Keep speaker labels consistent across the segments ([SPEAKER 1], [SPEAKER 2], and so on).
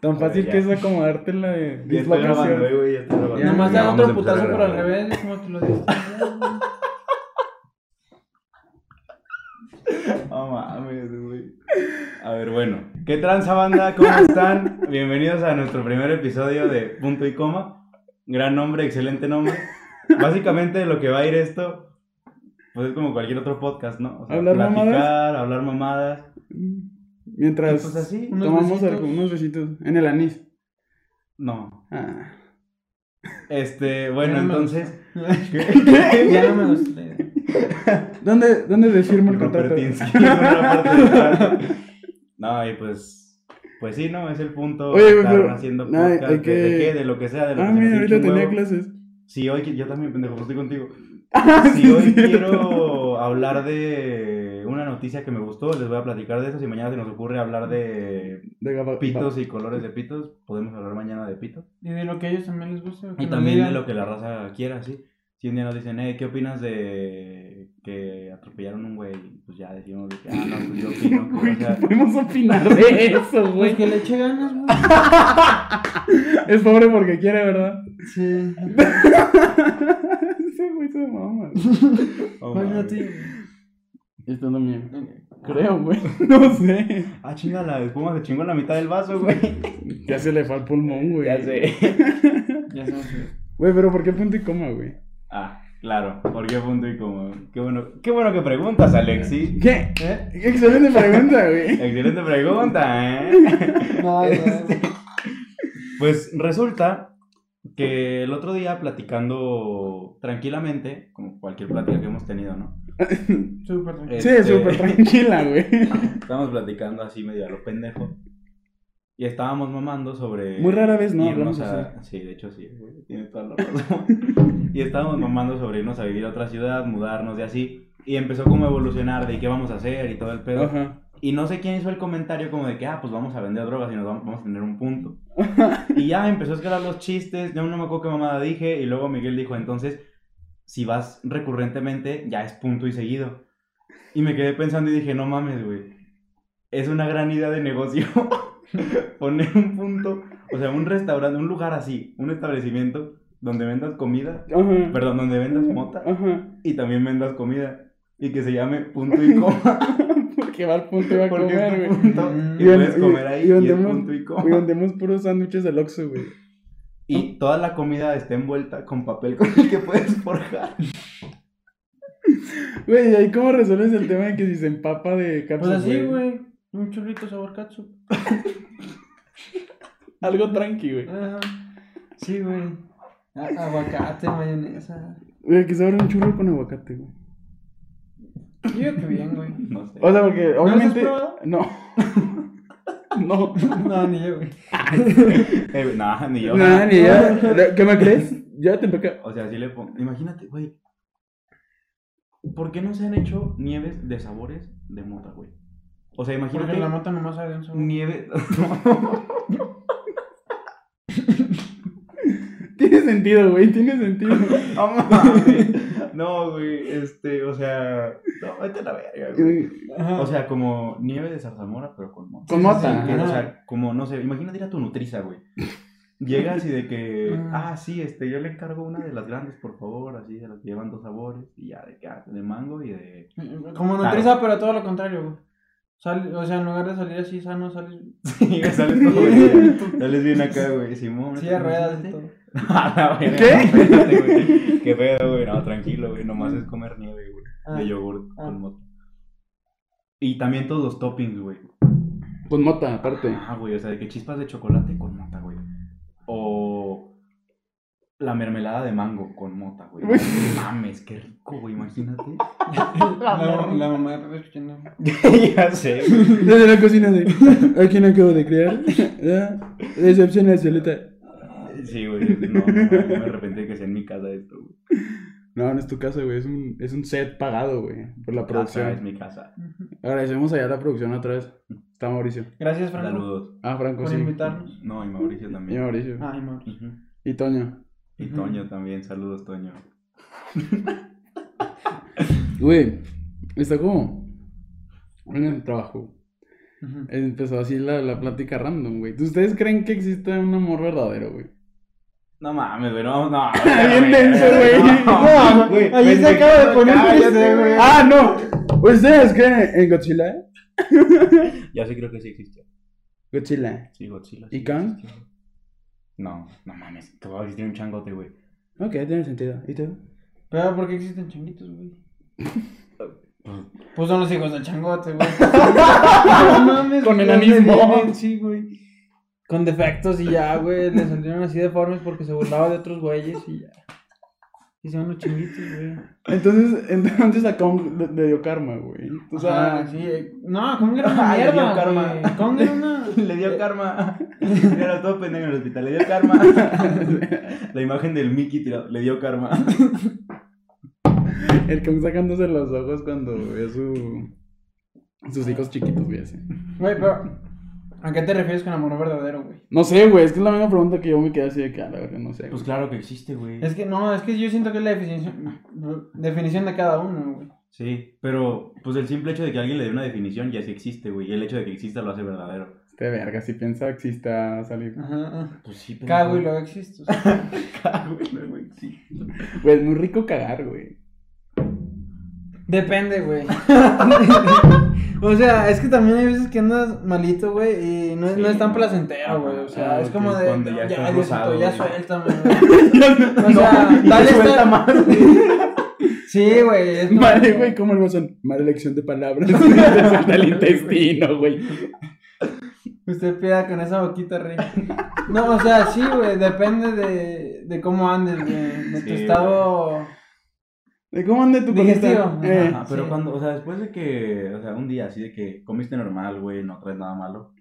[SPEAKER 1] Tan fácil
[SPEAKER 2] ya.
[SPEAKER 1] que es acomodarte la
[SPEAKER 2] Ya estoy grabando,
[SPEAKER 1] dislocación.
[SPEAKER 2] eh, güey, ya estoy grabando.
[SPEAKER 1] Ya,
[SPEAKER 3] Nomás
[SPEAKER 1] ya
[SPEAKER 3] le dan
[SPEAKER 4] vamos a empezar
[SPEAKER 3] otro
[SPEAKER 4] a
[SPEAKER 3] putazo por al
[SPEAKER 4] grabar.
[SPEAKER 3] revés, es como que lo dices.
[SPEAKER 2] No mames, güey. A ver, bueno. ¿Qué tranza banda? ¿Cómo están? Bienvenidos a nuestro primer episodio de Punto y Coma. Gran nombre, excelente nombre. Básicamente lo que va a ir esto, pues es como cualquier otro podcast, ¿no? O
[SPEAKER 1] ¿Hablar
[SPEAKER 2] platicar,
[SPEAKER 1] mamadas?
[SPEAKER 2] hablar mamadas. Y
[SPEAKER 1] Mientras
[SPEAKER 2] pues así.
[SPEAKER 3] Unos
[SPEAKER 1] tomamos
[SPEAKER 3] besitos.
[SPEAKER 1] algo- unos besitos en el anís.
[SPEAKER 2] No.
[SPEAKER 1] Ah.
[SPEAKER 2] Este, bueno,
[SPEAKER 3] Ya no me
[SPEAKER 2] entonces.
[SPEAKER 3] gusta. Ya no me gusta la idea.
[SPEAKER 1] ¿Dónde, dónde decirme el contrato?
[SPEAKER 2] Rupert Tinsky en una parte del trato. No, y pues. Pues sí, no, es el punto.
[SPEAKER 1] Oye, güey,
[SPEAKER 2] estar
[SPEAKER 1] pero-
[SPEAKER 2] haciendo
[SPEAKER 1] no, hay-
[SPEAKER 2] podcast
[SPEAKER 1] hay
[SPEAKER 2] de- de,
[SPEAKER 1] que-
[SPEAKER 2] qué, de lo que sea, de lo
[SPEAKER 1] Ah,
[SPEAKER 2] que se nos
[SPEAKER 1] mira,
[SPEAKER 2] hinche
[SPEAKER 1] ahorita
[SPEAKER 2] un
[SPEAKER 1] tenía
[SPEAKER 2] huevo.
[SPEAKER 1] clases.
[SPEAKER 2] Si hoy, qui- yo también, pendejo, pues estoy contigo.
[SPEAKER 1] sí,
[SPEAKER 2] Si hoy
[SPEAKER 1] es cierto.
[SPEAKER 2] quiero hablar de una noticia que me gustó, les voy a platicar de eso. Si mañana se nos ocurre hablar de
[SPEAKER 1] De gaba-
[SPEAKER 2] pitos y colores de pitos, podemos hablar mañana de pitos.
[SPEAKER 3] Y de lo que a ellos también les gusta.
[SPEAKER 2] Y también de lo que la raza quiera, sí. Si un día nos dicen, eh, ¿qué opinas de que atropellaron un güey? Y Pues ya decimos de que, ah, no, pues yo opino. que,
[SPEAKER 1] Güey,
[SPEAKER 2] o sea,
[SPEAKER 1] podemos opinar de eso,
[SPEAKER 3] Güey,
[SPEAKER 1] güey.
[SPEAKER 3] Pues que le eche ganas, güey.
[SPEAKER 1] Es pobre porque quiere, ¿verdad?
[SPEAKER 3] Sí.
[SPEAKER 1] Ese güey se mama.
[SPEAKER 2] oh, mames.
[SPEAKER 3] Imagínate.
[SPEAKER 1] Esto es lo mío. Creo, güey. No sé.
[SPEAKER 2] Ah, chinga, la espuma se chingó en la mitad del vaso, güey.
[SPEAKER 1] Ya se le fue al pulmón, güey.
[SPEAKER 3] Ya sabes.
[SPEAKER 1] Güey, pero ¿por qué punto y coma, güey?
[SPEAKER 2] Ah, claro, ¿por qué punto y coma? Qué bueno, qué bueno que preguntas, Alexi.
[SPEAKER 1] ¿Qué?
[SPEAKER 2] ¿Eh?
[SPEAKER 1] Excelente pregunta, güey.
[SPEAKER 2] Excelente pregunta, ¿eh?
[SPEAKER 3] No, no.
[SPEAKER 2] Pues resulta que el otro día platicando tranquilamente, como cualquier plática que hemos tenido, ¿no?
[SPEAKER 3] Súper tranquilo.
[SPEAKER 1] Sí,
[SPEAKER 2] Este-
[SPEAKER 1] súper tranquila, güey.
[SPEAKER 2] Estábamos platicando así medio a lo pendejo. Y estábamos mamando sobre.
[SPEAKER 1] Muy rara vez, ¿no?
[SPEAKER 2] irnos
[SPEAKER 1] Hablamos
[SPEAKER 2] a- Sí, de hecho sí, güey. Tienes toda la razón. y estábamos mamando sobre irnos a vivir a otra ciudad, mudarnos y así. Y empezó como a evolucionar de qué vamos a hacer y todo el pedo.
[SPEAKER 1] Ajá.
[SPEAKER 2] Y no sé quién hizo el comentario como de que, ah, pues vamos a vender drogas y nos vamos, vamos a tener un punto. y ya empezó a escalar los chistes, yo no me acuerdo qué mamada dije, y luego Miguel dijo, entonces, si vas recurrentemente, ya es punto y seguido. Y me quedé pensando y dije, no mames, güey, es una gran idea de negocio poner un punto, o sea, un restaurante, un lugar así, un establecimiento donde vendas comida,
[SPEAKER 1] Ajá.
[SPEAKER 2] perdón, donde vendas mota
[SPEAKER 1] Ajá.
[SPEAKER 2] y también vendas comida. Y que se llame punto y coma,
[SPEAKER 1] Porque va al punto y va a
[SPEAKER 2] porque es
[SPEAKER 1] comer,
[SPEAKER 2] tu
[SPEAKER 1] güey.
[SPEAKER 2] punto
[SPEAKER 3] Mm.
[SPEAKER 2] y,
[SPEAKER 1] Y
[SPEAKER 2] puedes
[SPEAKER 1] vend- y-
[SPEAKER 2] comer ahí
[SPEAKER 1] y
[SPEAKER 2] y, es
[SPEAKER 1] vendemos-
[SPEAKER 2] punto y coma.
[SPEAKER 1] Güey, vendemos puros sándwiches del Oxxo, güey.
[SPEAKER 2] Y toda la comida está envuelta con papel con el que puedes forjar.
[SPEAKER 1] Güey, ¿y ahí cómo resuelves el tema de que si se empapa de
[SPEAKER 3] Pues
[SPEAKER 1] cápsula?
[SPEAKER 3] así, güey. Un churrito sabor katsu.
[SPEAKER 1] Algo tranqui, güey.
[SPEAKER 3] Ajá. Sí, güey. A- Aguacate, mayonesa.
[SPEAKER 1] Güey, Eh, que se abra un churro con aguacate, güey.
[SPEAKER 3] Yo digo que bien, güey.
[SPEAKER 2] No sé.
[SPEAKER 1] O sea, porque
[SPEAKER 3] ¿No los has
[SPEAKER 1] obviamente.
[SPEAKER 3] probado?
[SPEAKER 1] No. no.
[SPEAKER 3] No, ni yo, güey.
[SPEAKER 2] Eh, nah, ni yo.
[SPEAKER 1] Nada, ni ya. ¿Qué me crees? Ya te peca.
[SPEAKER 2] O sea, así le pongo. Imagínate, güey. ¿Por qué no se han hecho nieves de sabores de mota, güey? O sea,
[SPEAKER 3] Porque
[SPEAKER 2] imagínate
[SPEAKER 3] la mota nomás sabe un sabor.
[SPEAKER 2] nieve.
[SPEAKER 1] Tiene sentido, güey. Tiene sentido.
[SPEAKER 2] No, mames. no, güey. Este, o sea. No, vete a la verga, güey.
[SPEAKER 3] Ajá.
[SPEAKER 2] O sea, como nieve de zarzamora, pero con mota.
[SPEAKER 1] Con mota.
[SPEAKER 2] Que, o
[SPEAKER 1] ajá.
[SPEAKER 2] sea, como no sé, imagínate ir a tu nutriza, güey. Llegas y de que,
[SPEAKER 3] Mm.
[SPEAKER 2] ah, sí, este, yo le encargo una de las grandes, por favor, así, de las que llevan dos sabores, y ya, de que, ah, de mango y de...
[SPEAKER 3] Como nutriza, pero todo lo contrario, güey. Sale- o sea, en lugar de salir así sano, sales
[SPEAKER 2] Sí, güey, sales todo bien, sales bien acá, güey, Simón.
[SPEAKER 3] sí a ruedas y todo.
[SPEAKER 1] ¿Qué?
[SPEAKER 2] ¿Qué? güey. Qué pedo, güey, no, tranquilo, güey, nomás es comer nieve, güey,
[SPEAKER 3] Mm. Ah,
[SPEAKER 2] de yogur
[SPEAKER 3] Ah.
[SPEAKER 2] con mota. Y también todos los toppings, güey.
[SPEAKER 1] Con mota, aparte.
[SPEAKER 2] Ah, güey, o sea, de que chispas de chocolate con mota, güey. O la mermelada de mango con mota, güey.
[SPEAKER 1] Güey.
[SPEAKER 2] No Mames, qué rico, güey, imagínate.
[SPEAKER 3] la, la mamá de Pepe escuchando.
[SPEAKER 2] ya sé. güey.
[SPEAKER 1] Desde la cocina de. ¿A quién acabo de crear? ¿Ya? Decepción absoluta.
[SPEAKER 2] Sí, güey, no, no, no, me arrepentí de que sea en mi casa esto, güey.
[SPEAKER 1] No, no es tu casa, güey. Es un, es un set pagado, güey. Por la producción.
[SPEAKER 2] Casa es mi casa.
[SPEAKER 1] Agradecemos allá la producción otra vez. Está Mauricio.
[SPEAKER 3] Gracias, Franco,
[SPEAKER 2] Saludos.
[SPEAKER 1] Ah, Franco,
[SPEAKER 3] por
[SPEAKER 1] sí.
[SPEAKER 3] invitarnos.
[SPEAKER 2] No, y Mauricio
[SPEAKER 1] Y
[SPEAKER 2] también.
[SPEAKER 1] Mauricio.
[SPEAKER 3] Ay, amor.
[SPEAKER 2] Ujú.
[SPEAKER 1] Y Toño.
[SPEAKER 2] Y
[SPEAKER 3] Ujú.
[SPEAKER 2] Toño también, saludos, Toño.
[SPEAKER 1] Güey, está como. En el trabajo.
[SPEAKER 3] Ujú.
[SPEAKER 1] Empezó así la, la plática random, güey. ¿Ustedes creen que existe un amor verdadero, güey?
[SPEAKER 2] No mames, güey, no, no.
[SPEAKER 1] Bien denso, güey. No, Ah, güey.
[SPEAKER 3] Ahí se
[SPEAKER 2] Pendejo,
[SPEAKER 3] acaba de poner
[SPEAKER 2] cállate,
[SPEAKER 3] triste, güey.
[SPEAKER 1] ¡Ah, no! ¿Ustedes creen en Godzilla?
[SPEAKER 2] Yo sí creo que sí existió.
[SPEAKER 1] Godzilla.
[SPEAKER 2] Sí, Godzilla.
[SPEAKER 1] ¿Y
[SPEAKER 2] sí
[SPEAKER 1] Kang?
[SPEAKER 2] existió. No, no mames, que va a existir un changote, güey.
[SPEAKER 1] Ok, tiene sentido. ¿Y tú?
[SPEAKER 3] Pero ¿por qué existen changuitos, güey?
[SPEAKER 2] Pues,
[SPEAKER 3] Pues son los hijos del changote, güey. No mames,
[SPEAKER 1] Con
[SPEAKER 3] güey,
[SPEAKER 1] enanismo.
[SPEAKER 3] donde vienen, Sí, güey. Con defectos y ya, güey. Le salieron así deformes porque se burlaba de otros güeyes y ya. Y se van los changuitos, güey.
[SPEAKER 1] Entonces, entonces a Kong le, le dio karma, güey. O sea,
[SPEAKER 3] Ajá, sí. eh, No, Kong era una
[SPEAKER 2] Ah, le dio
[SPEAKER 3] mierda,
[SPEAKER 2] karma.
[SPEAKER 3] güey. Kong era una...
[SPEAKER 2] Le dio karma. Era todo pendejo en el hospital. Le dio karma. La imagen del Mickey tirado. Le dio karma.
[SPEAKER 1] el Kong sacándose los ojos cuando ve su... sus hijos chiquitos, güey, así.
[SPEAKER 3] Güey, pero... ¿A qué te refieres con amor verdadero, güey?
[SPEAKER 1] No sé, güey, es que es la misma pregunta que yo me quedé así de que, a la verga, no sé.
[SPEAKER 2] Pues
[SPEAKER 1] güey.
[SPEAKER 2] claro que existe, güey.
[SPEAKER 3] Es que, no, es que yo siento que es la definición, definición de cada uno, güey.
[SPEAKER 2] Sí, pero pues el simple hecho de que alguien le dé una definición ya sí existe, güey. Y el hecho de que exista lo hace verdadero.
[SPEAKER 1] Este verga, si piensa exista salir.
[SPEAKER 3] Ajá, Ajá.
[SPEAKER 2] Pues sí,
[SPEAKER 3] Cada güey luego existe. o sea.
[SPEAKER 2] Cago y luego existe.
[SPEAKER 1] Güey, es muy rico cagar, güey.
[SPEAKER 3] Depende, güey. o sea, es que también hay veces que andas malito, güey, y no, es- no es tan
[SPEAKER 2] Sí.
[SPEAKER 3] placentero, güey. O sea,
[SPEAKER 1] Ah,
[SPEAKER 3] es
[SPEAKER 1] ok,
[SPEAKER 3] como de.
[SPEAKER 2] cuando ya estás
[SPEAKER 3] Diosito,
[SPEAKER 2] rosado,
[SPEAKER 3] ya
[SPEAKER 2] güey.
[SPEAKER 3] suéltame, güey. O sea,
[SPEAKER 1] y te
[SPEAKER 3] dale esta-
[SPEAKER 1] suelta más, güey.
[SPEAKER 3] Sí, güey. es como-
[SPEAKER 1] Vale, güey, como el guasón. Mala elección de palabras. Te salta el intestino, güey.
[SPEAKER 3] Usted pida con esa boquita, rey. No, o sea, sí, güey. Depende de, de cómo andes, güey. De tu
[SPEAKER 2] Sí,
[SPEAKER 3] estado.
[SPEAKER 1] ¿De cómo anda tu
[SPEAKER 3] Digestivo.
[SPEAKER 1] conecta? Eh,
[SPEAKER 2] Ajá, pero
[SPEAKER 3] Sí.
[SPEAKER 2] cuando, o sea, después de que, o sea, un día así de que comiste normal, güey, no traes nada malo,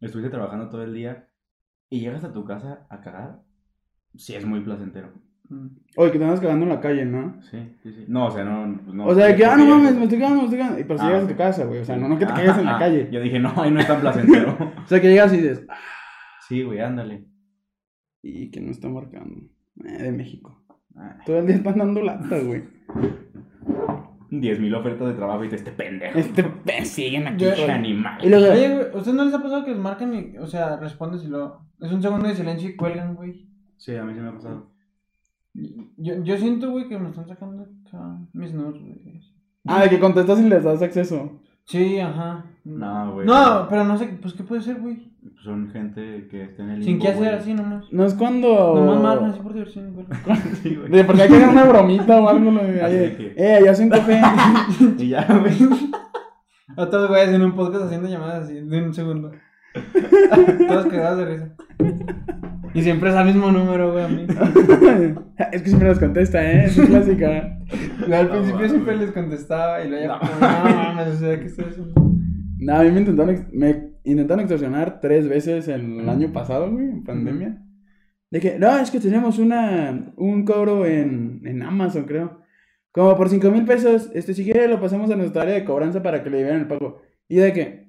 [SPEAKER 2] estuviste trabajando todo el día y llegas a tu casa a cagar, sí es muy placentero.
[SPEAKER 1] Oye, que te andas cagando en la calle, ¿no?
[SPEAKER 2] Sí, sí, sí. No, o sea, no. pues, no
[SPEAKER 1] O sea, de que, ah, no
[SPEAKER 2] porque-
[SPEAKER 1] mames, me estoy cagando, me estoy cagando. Y pero si
[SPEAKER 2] Ah,
[SPEAKER 1] llegas a
[SPEAKER 2] sí.
[SPEAKER 1] tu casa, güey. O sea, no, no que te
[SPEAKER 2] Ah,
[SPEAKER 1] caigas en
[SPEAKER 2] ah,
[SPEAKER 1] la calle.
[SPEAKER 2] Yo dije, no, ahí no es tan placentero.
[SPEAKER 1] O sea, que llegas y dices, ah,
[SPEAKER 2] sí, güey, ándale.
[SPEAKER 1] y que no está marcando. Eh, de México.
[SPEAKER 2] Ay,
[SPEAKER 1] Todo el día están dando lata, güey.
[SPEAKER 2] 10.000 ofertas de trabajo y te este pendejo.
[SPEAKER 1] Este pe- siguen aquí. este
[SPEAKER 3] Yo-
[SPEAKER 1] güey.
[SPEAKER 2] animal.
[SPEAKER 1] Y luego,
[SPEAKER 3] Oye, güey, ¿ustedes no les ha pasado que les marcan y, o sea, respondes y lo. Es un segundo de silencio y cuelgan, güey.
[SPEAKER 2] Sí, a mí se me ha pasado.
[SPEAKER 3] Yo, yo siento, güey, que me están sacando acá mis nudes, güey.
[SPEAKER 1] ah, de que contestas y les das acceso.
[SPEAKER 3] Sí, ajá.
[SPEAKER 2] No, güey.
[SPEAKER 3] No, pero no sé, pues, ¿qué puede ser, güey?
[SPEAKER 2] Son gente que está en el.
[SPEAKER 3] Sin
[SPEAKER 2] limbo,
[SPEAKER 3] qué hacer
[SPEAKER 2] güey.
[SPEAKER 3] así nomás.
[SPEAKER 1] No es cuando.
[SPEAKER 3] Nomás marcan así por diversión, güey.
[SPEAKER 2] Sí, güey.
[SPEAKER 1] De porque hay que hacer una bromita o algo. lo de-
[SPEAKER 2] Así de
[SPEAKER 1] oye,
[SPEAKER 2] que-
[SPEAKER 1] Eh, allá hacen café.
[SPEAKER 2] Y ya, güey.
[SPEAKER 3] A todos güeyes en un podcast haciendo llamadas así de un segundo. todos quedados de risa. Y siempre es al mismo número, güey, a mí.
[SPEAKER 1] es que siempre las contesta, ¿eh? Es una clásica.
[SPEAKER 3] Yo al
[SPEAKER 2] No
[SPEAKER 3] principio
[SPEAKER 2] mames.
[SPEAKER 3] siempre les contestaba y luego ya
[SPEAKER 2] No
[SPEAKER 3] como, no mames, o sea, ¿qué estoy haciendo?
[SPEAKER 1] No, a mí me intentaron, ex- me intentaron extorsionar tres veces el año pasado, güey, en pandemia. De que, no, es que tenemos una, un cobro en, en Amazon, creo. Como por 5 mil pesos, este, si quiere lo pasamos a nuestra área de cobranza para que le liberen el pago. Y de que,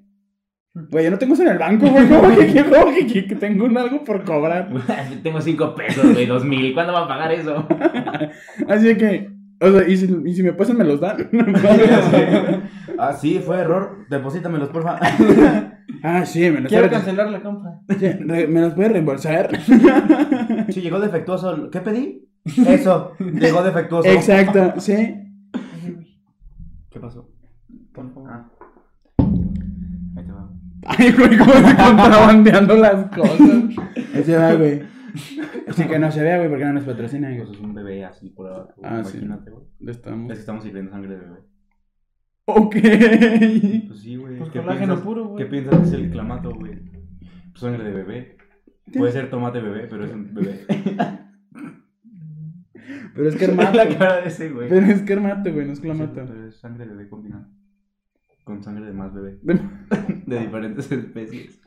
[SPEAKER 1] güey, yo no tengo eso en el banco, güey, ¿cómo que, que- cómo que, que- que tengo un algo por cobrar?
[SPEAKER 2] Tengo 5 pesos, güey, 2.000. ¿Cuándo va a pagar eso?
[SPEAKER 1] Así de que, o sea, y si, y si me pasan, me los dan.
[SPEAKER 2] ah, sí, fue error. Deposítamelos, porfa.
[SPEAKER 1] ah, sí, me los
[SPEAKER 3] Quiero
[SPEAKER 1] puede-
[SPEAKER 3] cancelar la compra.
[SPEAKER 1] sí, re- ¿Me los puede reembolsar?
[SPEAKER 2] Si llegó defectuoso, ¿qué pedí? Eso, llegó defectuoso.
[SPEAKER 1] Exacto, sí.
[SPEAKER 3] Ay, güey,
[SPEAKER 2] ¿Qué pasó?
[SPEAKER 3] Por favor.
[SPEAKER 2] Ah. Ahí te va.
[SPEAKER 1] Ay, güey, cómo se contrabandeando las cosas. Ese va, güey. Así que no se vea, güey, porque no nos patrocina,
[SPEAKER 2] Eso es un bebé así por abajo.
[SPEAKER 1] Ah, sí.
[SPEAKER 2] imagínate, güey. Es
[SPEAKER 1] Estamos.
[SPEAKER 2] que estamos sirviendo sangre de bebé.
[SPEAKER 1] Ok.
[SPEAKER 2] Pues sí, güey.
[SPEAKER 3] Pues
[SPEAKER 2] ¿Qué
[SPEAKER 3] colágeno
[SPEAKER 2] piensas?
[SPEAKER 3] puro, güey.
[SPEAKER 2] ¿Qué piensas que es el clamato, güey? Pues Sangre de bebé. Puede ser tomate bebé, pero es un bebé.
[SPEAKER 1] Pero es que hermato.
[SPEAKER 2] La cara de ese, güey.
[SPEAKER 1] Pero es que hermato, güey, no es
[SPEAKER 2] Sí,
[SPEAKER 1] clamato.
[SPEAKER 2] pero es sangre de bebé combinada. Con sangre de más bebé.
[SPEAKER 1] De
[SPEAKER 2] De diferentes especies.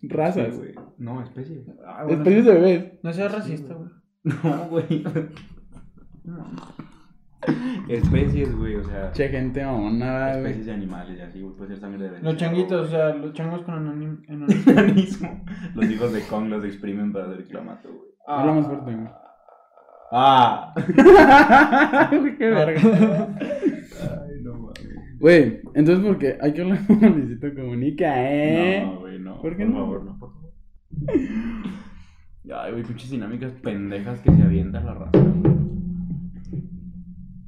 [SPEAKER 2] Sí,
[SPEAKER 1] razas.
[SPEAKER 2] güey. No, especies.
[SPEAKER 3] Ah, bueno,
[SPEAKER 1] Especies de bebés.
[SPEAKER 3] No seas racista, güey.
[SPEAKER 2] No, güey.
[SPEAKER 3] No.
[SPEAKER 2] Especies, güey, o sea.
[SPEAKER 1] Che, gente mamona, güey.
[SPEAKER 2] Especies de animales y así, güey. Puede ser sangre de bebé.
[SPEAKER 3] Los changuitos, o sea, los changos con anonim- anonimismo.
[SPEAKER 2] Organismo. Los hijos de Kong los exprimen para hacer clamato, güey.
[SPEAKER 1] Habla más fuerte, güey.
[SPEAKER 2] ¡Ah!
[SPEAKER 1] Qué verga.
[SPEAKER 2] Ay, no mames.
[SPEAKER 1] Güey, entonces porque hay que hablar con Luisito Comunica, ¿eh?
[SPEAKER 2] No, güey, no.
[SPEAKER 1] ¿Por qué no?
[SPEAKER 2] favor, no, por favor. Ay, güey, pinches dinámicas pendejas que se avienta la raza.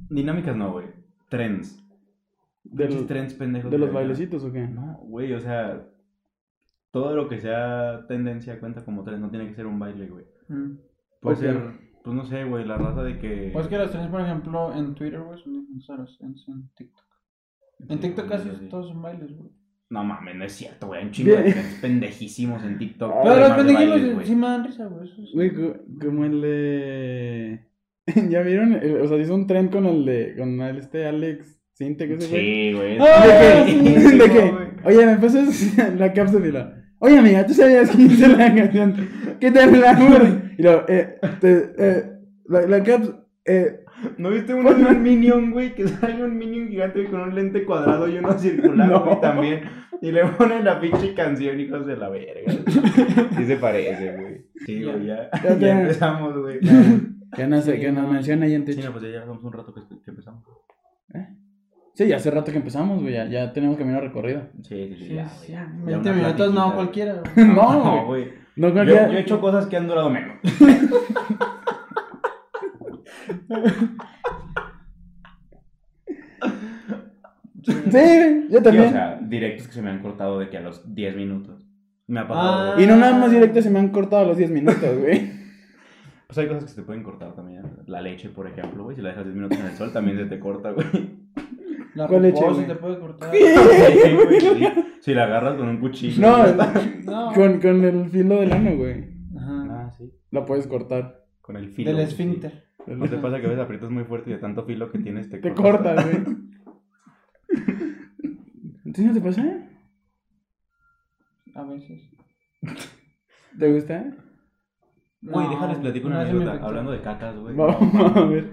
[SPEAKER 2] Dinámicas no, güey. Trends.
[SPEAKER 1] de,
[SPEAKER 2] Pinches
[SPEAKER 1] los,
[SPEAKER 2] trends pendejos.
[SPEAKER 1] de
[SPEAKER 2] que
[SPEAKER 1] los
[SPEAKER 2] avientan.
[SPEAKER 1] bailecitos o qué.
[SPEAKER 2] No, güey, o sea. Todo lo que sea tendencia cuenta como trend. No tiene que ser un baile, güey.
[SPEAKER 3] Mm.
[SPEAKER 2] Puede
[SPEAKER 1] Ok.
[SPEAKER 2] ser. Pues no sé, güey, la raza de que.
[SPEAKER 3] Pues que los tres, por ejemplo, en Twitter, güey, son influencers, en, en TikTok. En TikTok casi todos son bailes, güey.
[SPEAKER 2] No mames, no es cierto, güey. Hay Un chingo de
[SPEAKER 1] Bien.
[SPEAKER 2] trends pendejísimos en TikTok.
[SPEAKER 1] Pero
[SPEAKER 3] Pero
[SPEAKER 2] además
[SPEAKER 3] los
[SPEAKER 2] de bailes,
[SPEAKER 3] pendejillos
[SPEAKER 2] güey.
[SPEAKER 3] sí me dan risa, güey. eso sí.
[SPEAKER 1] Güey, co- como el de... ¿Ya vieron? El- O sea, hizo un tren con el de... Con el este Alex Sinte, que se güey.
[SPEAKER 2] Sí, güey.
[SPEAKER 3] ¡Ah!
[SPEAKER 1] De
[SPEAKER 3] sí,
[SPEAKER 1] que-
[SPEAKER 3] sí,
[SPEAKER 1] de
[SPEAKER 3] no,
[SPEAKER 1] que,
[SPEAKER 3] güey.
[SPEAKER 1] Oye, me empezas la cápsula y la... Oye, amiga, ¿tú sabías que hice la canción? ¿Qué tal la amor? Y luego, eh, te- eh, la, la cápsula... Eh,
[SPEAKER 2] ¿No viste uno de un Minion, güey? Que sale un Minion gigante güey, con un lente cuadrado y uno circular,
[SPEAKER 1] No.
[SPEAKER 2] güey, también. Y le ponen la pinche canción, hijos de la verga. Sí se parece, güey. Sí, güey, ya.
[SPEAKER 1] Ya
[SPEAKER 2] Ya,
[SPEAKER 1] te-
[SPEAKER 2] empezamos, güey.
[SPEAKER 1] Ah, que no sé,
[SPEAKER 3] Sí,
[SPEAKER 1] que nos
[SPEAKER 3] no.
[SPEAKER 1] menciona ahí en
[SPEAKER 2] Sí,
[SPEAKER 1] Twitch.
[SPEAKER 2] no, pues ya llevamos un rato que, que empezamos.
[SPEAKER 1] Sí, ya hace rato que empezamos, güey. Ya, ya tenemos camino recorrido.
[SPEAKER 2] Sí, sí, sí.
[SPEAKER 3] Sí,
[SPEAKER 2] ya,
[SPEAKER 3] sí,
[SPEAKER 2] güey.
[SPEAKER 3] ya,
[SPEAKER 2] Ya
[SPEAKER 3] 20
[SPEAKER 2] una
[SPEAKER 3] minutos, no,
[SPEAKER 2] platiquita.
[SPEAKER 3] cualquiera. güey.
[SPEAKER 1] No,
[SPEAKER 2] No,
[SPEAKER 1] güey.
[SPEAKER 2] güey.
[SPEAKER 1] No,
[SPEAKER 2] Yo,
[SPEAKER 1] creo
[SPEAKER 2] yo
[SPEAKER 1] que...
[SPEAKER 2] he hecho cosas que han durado menos.
[SPEAKER 1] Sí, güey, yo
[SPEAKER 2] Sí, o
[SPEAKER 1] también.
[SPEAKER 2] sea, directos que se me han cortado de que a los 10 minutos. Me ha
[SPEAKER 3] Ah.
[SPEAKER 2] pasado, güey.
[SPEAKER 1] Y no nada más directo se me han cortado los 10 minutos, güey.
[SPEAKER 2] Pues hay cosas que se te pueden cortar también. ¿eh? La leche, por ejemplo, güey. Si la dejas 10 minutos en el sol, también se te corta, güey.
[SPEAKER 3] La
[SPEAKER 1] ¿Cuál leche,
[SPEAKER 3] popó se
[SPEAKER 1] güey?
[SPEAKER 3] te puede cortar.
[SPEAKER 2] Sí, güey, sí. Si la agarras con un cuchillo.
[SPEAKER 1] No,
[SPEAKER 2] ya está.
[SPEAKER 3] No.
[SPEAKER 1] con, con el filo del ano, güey.
[SPEAKER 3] Ajá.
[SPEAKER 2] Ah, sí.
[SPEAKER 1] La puedes cortar.
[SPEAKER 2] Con el filo.
[SPEAKER 3] Del
[SPEAKER 2] güey,
[SPEAKER 3] esfínter.
[SPEAKER 2] sí. ¿No te pasa que a veces aprietas muy fuerte y de tanto filo que tienes te,
[SPEAKER 1] Te cortas, güey. ¿Sí no te pasa?
[SPEAKER 3] A veces.
[SPEAKER 1] ¿Te gusta?
[SPEAKER 2] Güey,
[SPEAKER 3] No,
[SPEAKER 2] déjales platico
[SPEAKER 3] no,
[SPEAKER 2] una
[SPEAKER 3] eso me
[SPEAKER 2] anécdota
[SPEAKER 3] afectó.
[SPEAKER 2] hablando de cacas, güey.
[SPEAKER 1] Vamos a ver.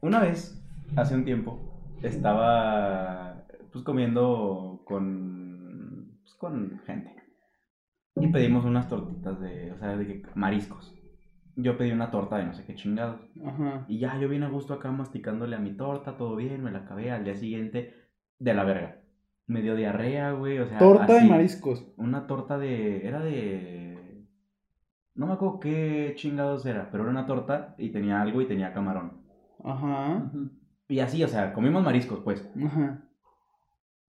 [SPEAKER 2] Una vez, hace un tiempo, estaba pues comiendo con pues, con gente. Y pedimos unas tortitas de, o sea, de que- mariscos. Yo pedí una torta de no sé qué chingados.
[SPEAKER 1] Ajá.
[SPEAKER 2] Y ya, yo bien a gusto acá masticándole a mi torta, todo bien, me la acabé al día siguiente de la verga. Me dio diarrea, güey, o sea,
[SPEAKER 1] Torta de
[SPEAKER 2] Ah, así.
[SPEAKER 1] mariscos.
[SPEAKER 2] Una torta de, era de, no me acuerdo qué chingados era, pero era una torta y tenía algo y tenía camarón.
[SPEAKER 1] Ajá.
[SPEAKER 3] Ujú.
[SPEAKER 2] Y así, o sea, comimos mariscos, pues.
[SPEAKER 1] Ajá.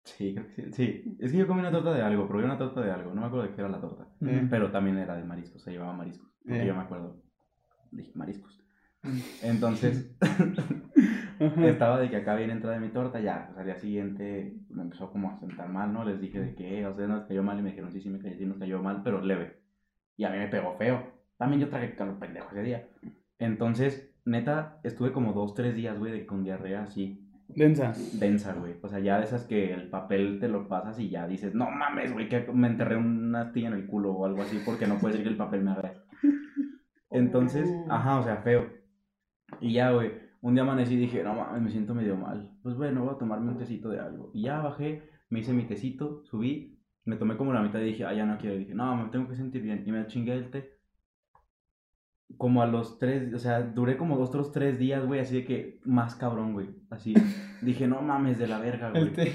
[SPEAKER 2] Sí, creo que sí. sí. Es que yo comí una torta de algo, probé una torta de algo, no me acuerdo de qué era la torta.
[SPEAKER 1] Eh,
[SPEAKER 2] Pero también era de mariscos, se llevaba mariscos. porque
[SPEAKER 1] Eh.
[SPEAKER 2] Mm, yo me acuerdo. Dije mariscos. Entonces,
[SPEAKER 1] Ajá.
[SPEAKER 2] estaba de que acá viene entrada de mi torta, ya. Pues al día siguiente me empezó como a sentar mal, ¿no? Les dije de que, eh, o sea, nos cayó mal y me dijeron, sí, sí, me cayó, sí, nos cayó mal, pero leve. Y a mí me pegó feo. También yo tragué calor pendejo ese día. Entonces, neta, estuve como dos, tres días, güey, de- con diarrea así.
[SPEAKER 1] Densa.
[SPEAKER 2] densa, güey. O sea, ya de esas que el papel te lo pasas y ya dices, no mames, güey, que me enterré una astilla en el culo o algo así porque no puede ser que el papel me haga esto. Entonces,
[SPEAKER 3] Oh.
[SPEAKER 2] ajá, o sea, feo. Y ya, güey, un día amanecí y dije, no mames, me siento medio mal. Pues bueno, voy a tomarme un tecito de algo. Y ya bajé, me hice mi tecito, subí, me tomé como la mitad y dije, ah, ya no quiero. Y dije, no, me tengo que sentir bien. Y me chingué el té. Como a los tres, o sea, duré como otros tres días, güey, así de que más cabrón, güey. Así, dije, no mames, de la verga, güey.
[SPEAKER 3] El té.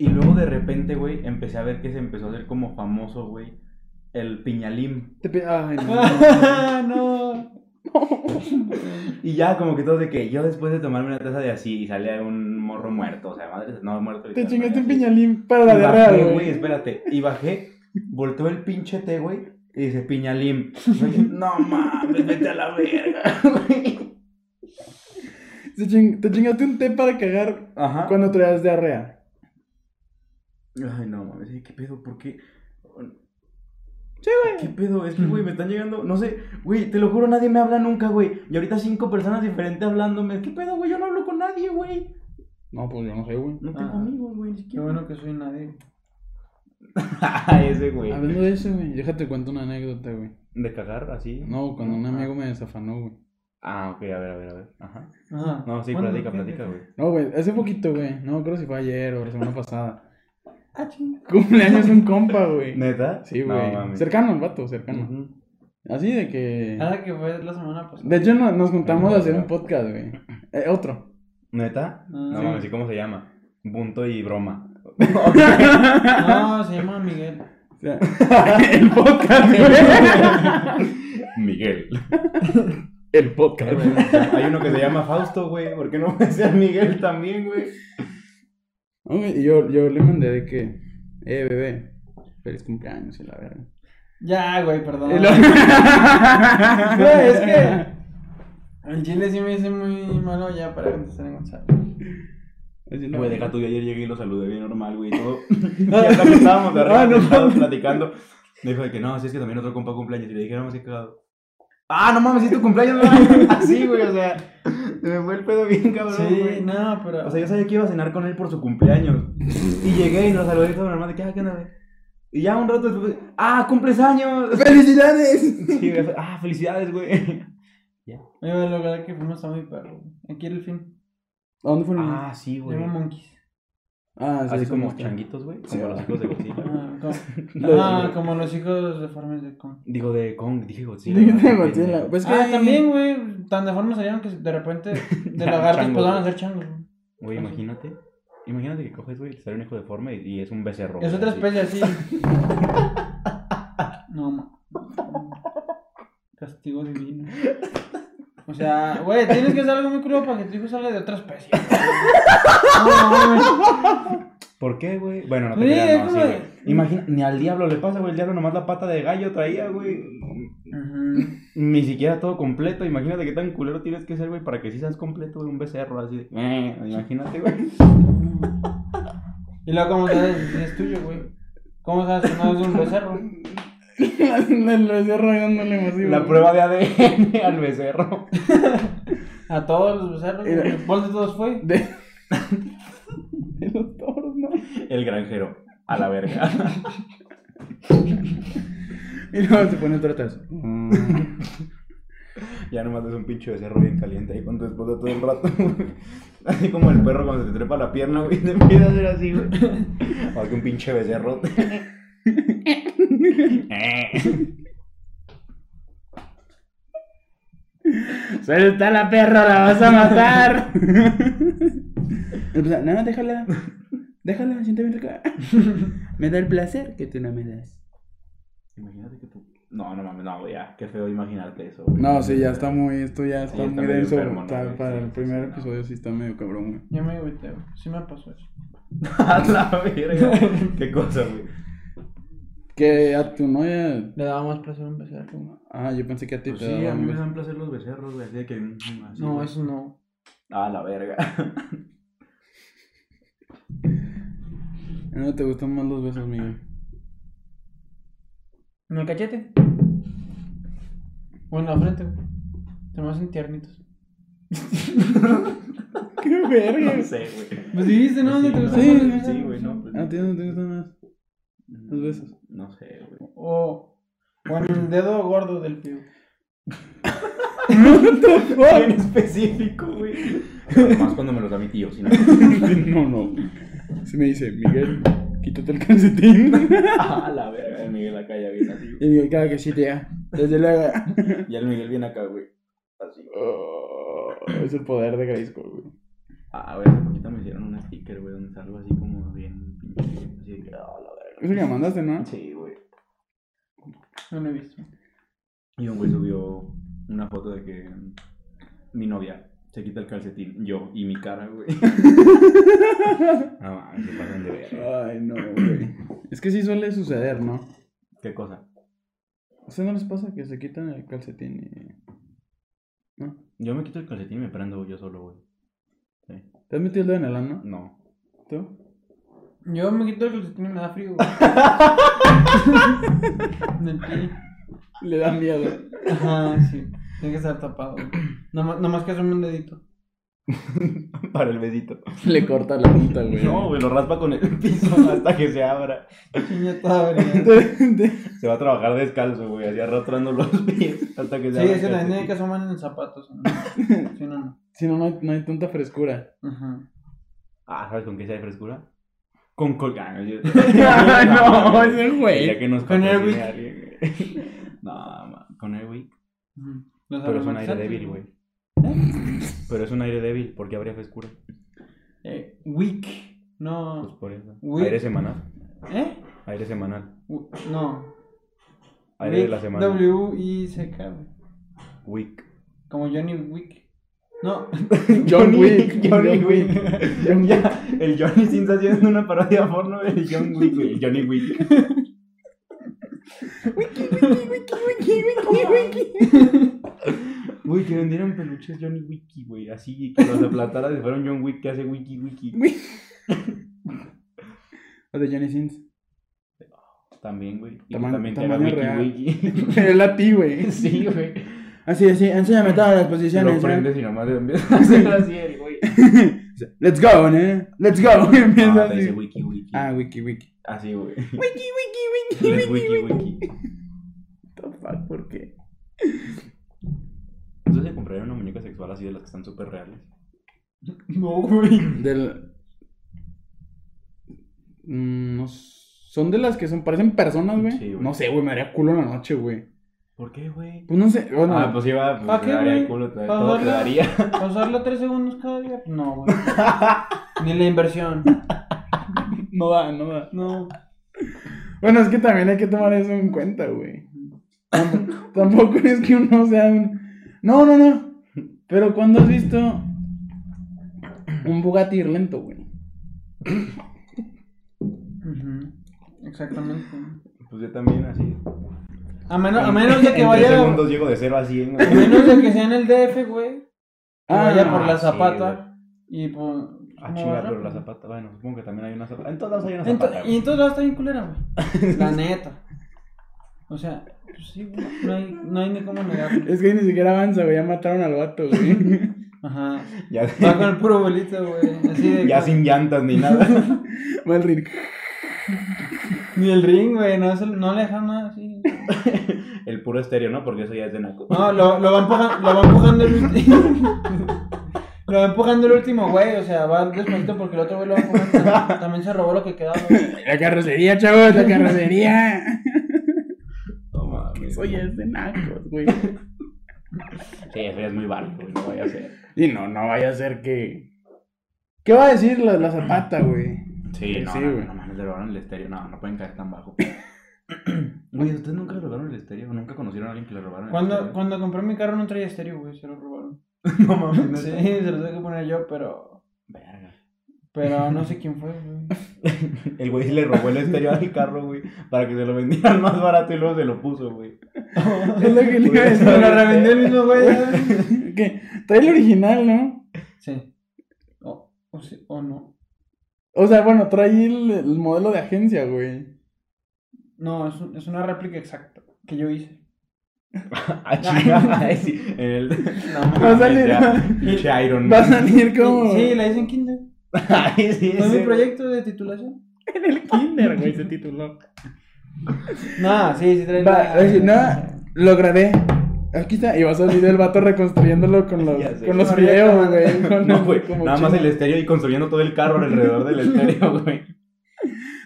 [SPEAKER 2] Y luego de repente, güey, empecé a ver que se empezó a hacer como famoso, güey, el piñalim.
[SPEAKER 1] Te pe- Ay, no.
[SPEAKER 3] Ah, no.
[SPEAKER 2] Y ya, como que todo de que yo después de tomarme una taza de así y salía un morro muerto, o sea, madre, no muerto.
[SPEAKER 1] Te
[SPEAKER 2] literal,
[SPEAKER 1] chingaste
[SPEAKER 2] madre,
[SPEAKER 1] un
[SPEAKER 2] así.
[SPEAKER 1] piñalín para
[SPEAKER 2] Y
[SPEAKER 1] la
[SPEAKER 2] bajé,
[SPEAKER 1] diarrea,
[SPEAKER 2] güey,
[SPEAKER 1] güey.
[SPEAKER 2] espérate. Y bajé, volteó el pinche té, güey, y dice piñalim. no mames, vete a la verga, güey.
[SPEAKER 1] Se ching- Te chingaste un té para cagar
[SPEAKER 2] Ajá.
[SPEAKER 1] cuando traías diarrea.
[SPEAKER 2] Ay, no mames, ay, ¿qué pedo? ¿Por qué? ¿Qué pedo? Es que, güey, me están llegando. No sé, güey, te lo juro, nadie me habla nunca, güey. Y ahorita cinco personas diferentes hablándome. ¿Qué pedo, güey? Yo no hablo con nadie, güey.
[SPEAKER 1] No, pues yo no sé, güey.
[SPEAKER 2] No tengo
[SPEAKER 3] Ah.
[SPEAKER 2] amigos, güey, ni
[SPEAKER 3] Qué
[SPEAKER 2] siquiera.
[SPEAKER 3] bueno que soy nadie.
[SPEAKER 2] ese, güey.
[SPEAKER 1] Hablando de eso, güey, déjate cuento una anécdota, güey.
[SPEAKER 2] ¿De cagar así?
[SPEAKER 1] No, cuando un amigo me desafanó, güey.
[SPEAKER 2] Ah, ok, a ver, a ver, a ver. Ajá.
[SPEAKER 3] Ajá.
[SPEAKER 2] No, sí,
[SPEAKER 3] Bueno,
[SPEAKER 2] platica,
[SPEAKER 3] ¿qué-
[SPEAKER 2] platica, güey.
[SPEAKER 1] No, güey, hace poquito, güey. No, creo si fue ayer o la semana pasada.
[SPEAKER 3] Ah, chinga.
[SPEAKER 1] Cumpleaños de un compa, güey.
[SPEAKER 2] ¿Neta?
[SPEAKER 1] Sí, güey. cercano el vato, cercano.
[SPEAKER 2] Ujú.
[SPEAKER 1] Así de que.
[SPEAKER 3] Ah, que fue la semana pasada.
[SPEAKER 1] De hecho, no- nos juntamos a hacer un podcast, güey. Eh, otro.
[SPEAKER 2] ¿Neta?
[SPEAKER 3] Ah,
[SPEAKER 2] No
[SPEAKER 3] sí.
[SPEAKER 2] mames, ¿y cómo se llama? Bunto y broma.
[SPEAKER 3] No, se llama Miguel.
[SPEAKER 1] O sea, el podcast, güey.
[SPEAKER 2] Miguel.
[SPEAKER 1] El podcast.
[SPEAKER 2] Hay uno que se llama Fausto, güey. ¿Por qué no puede ser Miguel también, güey?
[SPEAKER 1] Hombre, y yo, yo le mandé de que, eh, bebé, feliz cumpleaños y la verga.
[SPEAKER 3] Ya, güey, perdón.
[SPEAKER 1] Y lo-
[SPEAKER 3] Güey, es que. El chile sí me hice muy malo ya para contestar en WhatsApp.
[SPEAKER 1] Así, no,
[SPEAKER 2] Güey, deja tú, yo ayer llegué y lo saludé bien normal, güey, y todo. Y hasta que estábamos de arriba,
[SPEAKER 1] Ah, no
[SPEAKER 2] sentados
[SPEAKER 1] mames.
[SPEAKER 2] platicando, me dijo de que no, si es que también otro compa cumpleaños, y le dije, no, sí, cagado. Ah, no mames, sí, tu cumpleaños, no Así, güey, o sea, se me fue el pedo bien, cabrón,
[SPEAKER 3] Sí,
[SPEAKER 2] güey.
[SPEAKER 3] no, pero.
[SPEAKER 2] O sea, yo sabía que iba a cenar con él por su cumpleaños. Y llegué y lo saludé y todo normal, de que, ah, ¿qué onda, güey? Y ya un rato después, ah, cumples años.
[SPEAKER 1] ¡Felicidades!
[SPEAKER 2] Sí, güey, ah, felicidades, güey.
[SPEAKER 3] Oye, güey, lo verdad que fuimos a mi perro. güey. Aquí era el fin.
[SPEAKER 1] ¿A dónde fueron?
[SPEAKER 2] Ah, sí, güey.
[SPEAKER 3] Llamo Monkeys.
[SPEAKER 1] Ah, sí,
[SPEAKER 2] Así
[SPEAKER 1] sí,
[SPEAKER 2] como
[SPEAKER 1] sí.
[SPEAKER 2] changuitos, güey,
[SPEAKER 1] Sí,
[SPEAKER 2] como los
[SPEAKER 1] va.
[SPEAKER 2] hijos de Godzilla.
[SPEAKER 3] Ah, como,
[SPEAKER 1] Los-
[SPEAKER 3] ah, como los hijos deformes de Kong.
[SPEAKER 2] Digo de Kong, dije Godzilla.
[SPEAKER 1] Dije,
[SPEAKER 2] ¿verdad?
[SPEAKER 1] Godzilla. Pues que
[SPEAKER 3] ah,
[SPEAKER 1] hay-
[SPEAKER 3] también, güey. Tan deformes salieron que de repente de
[SPEAKER 2] Ya,
[SPEAKER 3] lagartos
[SPEAKER 2] changos,
[SPEAKER 3] pues van a
[SPEAKER 2] güey.
[SPEAKER 3] ser changos. güey.
[SPEAKER 2] Güey, imagínate. Imagínate que coges, güey, te sale un hijo deforme y, y es un becerro.
[SPEAKER 3] Es
[SPEAKER 2] güey,
[SPEAKER 3] otra
[SPEAKER 2] así.
[SPEAKER 3] especie así. No, ma. Castigo divino. O sea, güey, tienes que hacer algo muy crudo para que tu hijo salga de otra especie. No, mames.
[SPEAKER 2] ¿Por qué, güey? Bueno, no te
[SPEAKER 3] Sí,
[SPEAKER 2] creas, no,
[SPEAKER 3] es
[SPEAKER 2] sí,
[SPEAKER 3] como-
[SPEAKER 2] güey. Imagina, ni al diablo le pasa, güey. El diablo nomás la pata de gallo traía, güey.
[SPEAKER 3] Ujú.
[SPEAKER 2] Ni siquiera todo completo. Imagínate qué tan culero tienes que ser, güey, para que sí seas completo, güey, un becerro así. de- Eh, imagínate, güey.
[SPEAKER 3] Y luego, ¿cómo sabes si es tuyo, güey? ¿Cómo sabes que no es de un becerro?
[SPEAKER 1] El becerro ahí dándole masivo.
[SPEAKER 2] La prueba de ADN al becerro.
[SPEAKER 3] A todos los becerros.
[SPEAKER 1] Mira.
[SPEAKER 3] güey. ¿Cuál de todos fue?
[SPEAKER 1] De... de los toros, ¿no?
[SPEAKER 2] El granjero. A la verga.
[SPEAKER 1] Y luego se pone otro atrás. Mm.
[SPEAKER 2] Ya nomás es un pinche becerro bien caliente ahí con tu esposa todo el rato, güey. Así como el perro cuando se te trepa la pierna, güey, te empieza a hacer así, güey. O que un pinche becerro.
[SPEAKER 1] Suelta la perra, la vas a matar. no, no, déjala. Déjala, siente bien rica. Me da el placer que tú no me das.
[SPEAKER 2] Imagínate que tú. No, no mames, no, güey, ya. Qué feo imaginarte eso, güey.
[SPEAKER 1] No, sí, ya está muy, esto ya
[SPEAKER 2] Sí,
[SPEAKER 1] está
[SPEAKER 2] está
[SPEAKER 1] muy
[SPEAKER 2] medio
[SPEAKER 1] denso.
[SPEAKER 2] enfermo, ¿no?
[SPEAKER 1] para, para
[SPEAKER 2] Sí,
[SPEAKER 1] el
[SPEAKER 2] sí,
[SPEAKER 1] primer
[SPEAKER 2] sí, no.
[SPEAKER 1] episodio sí está medio cabrón, güey.
[SPEAKER 3] Yo me agüité, güey. Sí me pasó eso.
[SPEAKER 2] A la verga. Qué cosa, güey.
[SPEAKER 1] Que a tu novia.
[SPEAKER 3] Le daba más placer a un becerro. güey.
[SPEAKER 1] Ah, yo pensé que a ti
[SPEAKER 2] Pues
[SPEAKER 1] te
[SPEAKER 2] sí,
[SPEAKER 1] daba
[SPEAKER 2] a mí me
[SPEAKER 1] hambre.
[SPEAKER 2] dan placer los becerros, güey. Así de que. mm, así,
[SPEAKER 3] No,
[SPEAKER 2] güey.
[SPEAKER 3] eso no.
[SPEAKER 2] A la verga.
[SPEAKER 1] ¿No te gustan más los besos, Miguel?
[SPEAKER 3] ¿En el cachete? O en la frente, güey. Se me hacen tiernitos.
[SPEAKER 1] ¡Qué verga!
[SPEAKER 2] No sé, güey.
[SPEAKER 3] Pues dijiste, ¿no?
[SPEAKER 2] Sí,
[SPEAKER 3] ¿Dónde te
[SPEAKER 2] no,
[SPEAKER 3] gusta
[SPEAKER 1] sí,
[SPEAKER 3] más el
[SPEAKER 1] sí,
[SPEAKER 3] becerro?
[SPEAKER 2] sí, güey, no. pues,
[SPEAKER 1] ¿A ti no te gustan más? los besos.
[SPEAKER 2] No sé, güey.
[SPEAKER 3] O, o en el dedo gordo del pie. güey.
[SPEAKER 2] Bien específico, güey. Más cuando me los da mi tío, si no.
[SPEAKER 1] No, no. Se me dice, Miguel, quítate el calcetín.
[SPEAKER 2] A Ah, la verga, el Miguel acá ya viene así, güey.
[SPEAKER 1] Y digo, claro que sí, tía. Desde luego.
[SPEAKER 2] Ya el Miguel viene acá, güey. Así, güey.
[SPEAKER 1] Oh, es el poder de Grayskull, güey.
[SPEAKER 2] Ah, güey, hace poquito me hicieron un sticker, güey, donde salgo así como bien pinche. Así de que, ah, la verga.
[SPEAKER 1] Eso que me mandaste, ¿no?
[SPEAKER 2] Sí, güey.
[SPEAKER 3] No lo he visto.
[SPEAKER 2] Y un güey subió una foto de que mm, mi novia se quita el calcetín, yo y mi cara, güey. no mames, se pasan de verga.
[SPEAKER 1] Ay, no, güey. Es que sí suele suceder, ¿no?
[SPEAKER 2] ¿Qué cosa?
[SPEAKER 1] O sea, ¿no les pasa que se quitan el calcetín y... ¿No?
[SPEAKER 2] Yo me quito el calcetín y me prendo yo solo, güey.
[SPEAKER 1] ¿Te has metido el dedo en el ano?
[SPEAKER 2] No.
[SPEAKER 1] ¿Tú?
[SPEAKER 3] Yo me quito el calcetín y me da frío, güey. Del pie.
[SPEAKER 1] Le da miedo.
[SPEAKER 3] Ajá, sí. Tiene que estar tapado, güey. Nomás, nomás que asome un dedito.
[SPEAKER 2] Para el besito.
[SPEAKER 1] Le corta la punta, güey.
[SPEAKER 2] No, güey, lo raspa con el piso hasta que se abra.
[SPEAKER 3] Chiña toda brillante.
[SPEAKER 1] Te- te-
[SPEAKER 2] Se va a trabajar descalzo, güey, así arrastrando los pies hasta
[SPEAKER 3] Sí,
[SPEAKER 2] que se abra el
[SPEAKER 3] es que también
[SPEAKER 2] calcetín.
[SPEAKER 3] tiene que asomar en zapatos. ¿no? Sí, no, no.
[SPEAKER 1] Si no, no hay, no hay tanta frescura.
[SPEAKER 3] Ajá.
[SPEAKER 2] Ah, ¿sabes con qué se de frescura? Con ah, colgando.
[SPEAKER 1] el
[SPEAKER 2] Ya que nos
[SPEAKER 3] Con Airwick.
[SPEAKER 2] patrocine alguien, güey. No, ma, con Airwick.
[SPEAKER 3] Ujú.
[SPEAKER 1] Ah,
[SPEAKER 3] Los
[SPEAKER 2] Pero es un aire
[SPEAKER 3] aromatizantes,
[SPEAKER 2] débil, güey.
[SPEAKER 1] ¿Eh?
[SPEAKER 2] Pero es un aire débil, porque habría frescura.
[SPEAKER 3] Eh, weak.
[SPEAKER 2] Pues
[SPEAKER 3] No.
[SPEAKER 2] por eso.
[SPEAKER 3] Uy.
[SPEAKER 2] Aire semanal.
[SPEAKER 3] ¿Eh?
[SPEAKER 2] Aire semanal.
[SPEAKER 3] U- No.
[SPEAKER 2] Aire de la semana.
[SPEAKER 3] W-I-C-K, güey.
[SPEAKER 2] Week.
[SPEAKER 3] Como Johnny Wick. No.
[SPEAKER 1] John Wick.
[SPEAKER 2] Johnny Wick.
[SPEAKER 1] John Wick.
[SPEAKER 2] Ya, el Johnny Sins está haciendo una parodia porno del John Wick. güey. El Johnny Wick.
[SPEAKER 1] Oh.
[SPEAKER 2] Güey, que vendieran peluches Johnny Wiki, güey. Así que los aplatara si fuera un John Wick que hace Wiki Wiki.
[SPEAKER 1] O de Johnny Sins.
[SPEAKER 2] También, güey. Y
[SPEAKER 1] Tama-
[SPEAKER 2] también que haga
[SPEAKER 1] tamaño
[SPEAKER 2] Wiki
[SPEAKER 1] real.
[SPEAKER 2] Wiki.
[SPEAKER 1] Él a ti, güey.
[SPEAKER 2] sí, güey.
[SPEAKER 1] Así, así, enséñame todas las
[SPEAKER 2] Lo
[SPEAKER 1] posiciones. ¿eh?
[SPEAKER 2] prendes y nomás empiezas a hacer así el güey.
[SPEAKER 1] Let's go, ¿eh? Let's go. Empieza
[SPEAKER 2] Ah, le dice
[SPEAKER 1] así.
[SPEAKER 2] Wiki Wiki.
[SPEAKER 1] Ah, wiki, wiki.
[SPEAKER 2] Así, güey.
[SPEAKER 1] Wiki, wiki,
[SPEAKER 2] Let's
[SPEAKER 1] wiki, wiki.
[SPEAKER 2] Wiki Wiki.
[SPEAKER 1] What the fuck, ¿por qué?
[SPEAKER 2] Entonces le compraría una muñeca sexual así de las que están súper reales.
[SPEAKER 3] No, güey.
[SPEAKER 1] Del. Mm, no s- Son de las que son, parecen personas, güey.
[SPEAKER 2] Sí, güey.
[SPEAKER 1] no sé, güey, me haría culo en la noche, güey.
[SPEAKER 2] ¿Por qué, güey?
[SPEAKER 1] Pues no sé, bueno.
[SPEAKER 2] Ah, pues iba, pues,
[SPEAKER 3] ¿Pa'
[SPEAKER 2] te
[SPEAKER 3] qué,
[SPEAKER 2] daría
[SPEAKER 3] güey?
[SPEAKER 2] el culo, te,
[SPEAKER 3] ¿Pa'
[SPEAKER 2] todo te
[SPEAKER 3] verla?
[SPEAKER 2] daría.
[SPEAKER 3] ¿Pasarlo tres segundos cada día? No, güey. Ni la inversión.
[SPEAKER 1] no da, no da.
[SPEAKER 3] No.
[SPEAKER 1] Bueno, es que también hay que tomar eso en cuenta, güey. Tamp- Tampoco es que uno sea un. No, no, no. Pero cuando has visto un Bugatti ir lento, güey.
[SPEAKER 3] Ujú. Exactamente.
[SPEAKER 2] Pues yo también así.
[SPEAKER 3] A menos, a menos de que
[SPEAKER 2] En
[SPEAKER 3] vaya.
[SPEAKER 2] tres segundos llego de 0 a 100.
[SPEAKER 3] A menos de que sea en el DF, güey. Que
[SPEAKER 1] Ah,
[SPEAKER 3] vaya por la
[SPEAKER 2] sí,
[SPEAKER 3] zapata. y pues, por.
[SPEAKER 2] Ah, chinga, pero la zapata. Bueno, supongo que también hay una zapata. En todos lados hay una
[SPEAKER 3] Ento-
[SPEAKER 2] zapata.
[SPEAKER 3] y
[SPEAKER 2] güey.
[SPEAKER 3] entonces va a estar bien culera, güey. La neta. O sea, pues sí, güey. No hay, no hay ni cómo negarlo.
[SPEAKER 1] Es que ahí ni siquiera avanza, güey. Ya mataron al vato, güey.
[SPEAKER 3] Ajá.
[SPEAKER 2] Ya,
[SPEAKER 3] Va con el puro bolito, güey. Así de.
[SPEAKER 2] ya sin llantas ni nada.
[SPEAKER 1] Va el ring.
[SPEAKER 3] Ni el ring, güey. No, es el- no le dejan nada así.
[SPEAKER 2] El puro estéreo, ¿no? Porque eso ya es de Naco.
[SPEAKER 3] No, lo, lo, va, empujando, lo va empujando el último. lo va empujando el último, güey. O sea, va despacito porque el otro güey lo va empujando. También se robó lo que quedaba, güey.
[SPEAKER 1] La carrocería, chavos, la carrocería.
[SPEAKER 2] No mames.
[SPEAKER 1] Soy es de nacos, güey.
[SPEAKER 2] Sí, eso ya es muy barco, güey. No vaya a ser.
[SPEAKER 1] Y no, no vaya a ser que. ¿Qué va a decir la, la zapata, güey?
[SPEAKER 2] Sí, no,
[SPEAKER 1] sí,
[SPEAKER 2] no,
[SPEAKER 1] güey.
[SPEAKER 2] no mames, le robaron el estéreo. No, no pueden caer tan bajo. Güey, ¿ustedes nunca le robaron el estéreo? ¿Nunca conocieron a alguien que le robaron el
[SPEAKER 3] Cuando,
[SPEAKER 2] estéreo?
[SPEAKER 3] cuando compré mi carro no traía estéreo, güey. Se lo robaron.
[SPEAKER 2] No mames,
[SPEAKER 3] Sí,
[SPEAKER 2] neta.
[SPEAKER 3] se lo tuve que poner yo, pero.
[SPEAKER 2] Verga.
[SPEAKER 3] Pero no sé quién fue, güey.
[SPEAKER 2] El güey le robó el estéreo al carro, güey, para que se lo vendieran más barato y luego se lo puso, güey.
[SPEAKER 1] Es lo que le iba a
[SPEAKER 3] Se
[SPEAKER 1] decir.
[SPEAKER 3] lo revendió el mismo, güey. ya.
[SPEAKER 1] Que trae el original, ¿no?
[SPEAKER 3] Sí. O, o sí, o no.
[SPEAKER 1] O sea, bueno, trae el, el modelo de agencia, güey.
[SPEAKER 3] No, es, un- es una réplica exacta que yo hice.
[SPEAKER 2] Ah, chinga, ay, sí, en el...
[SPEAKER 3] No.
[SPEAKER 1] Va a salir-
[SPEAKER 2] Ya, pinche Iron
[SPEAKER 1] Va a
[SPEAKER 2] Man.
[SPEAKER 1] salir como
[SPEAKER 3] Sí, la hice en kinder.
[SPEAKER 2] Ay, sí,
[SPEAKER 3] Fue
[SPEAKER 2] ese,
[SPEAKER 3] mi proyecto de titulación.
[SPEAKER 1] en el kinder, güey, se tituló.
[SPEAKER 3] No, sí, sí trae
[SPEAKER 1] Va,
[SPEAKER 3] la-
[SPEAKER 1] va a decir, no, lo grabé. Aquí está. Y va a salir el vato reconstruyéndolo con los,
[SPEAKER 2] Ya sé.
[SPEAKER 1] con los
[SPEAKER 3] Correcto.
[SPEAKER 1] videos, güey. con
[SPEAKER 2] No,
[SPEAKER 1] el-
[SPEAKER 2] güey,
[SPEAKER 1] como
[SPEAKER 2] nada más
[SPEAKER 1] chino.
[SPEAKER 2] el estéreo y construyendo todo el carro alrededor del estéreo, güey.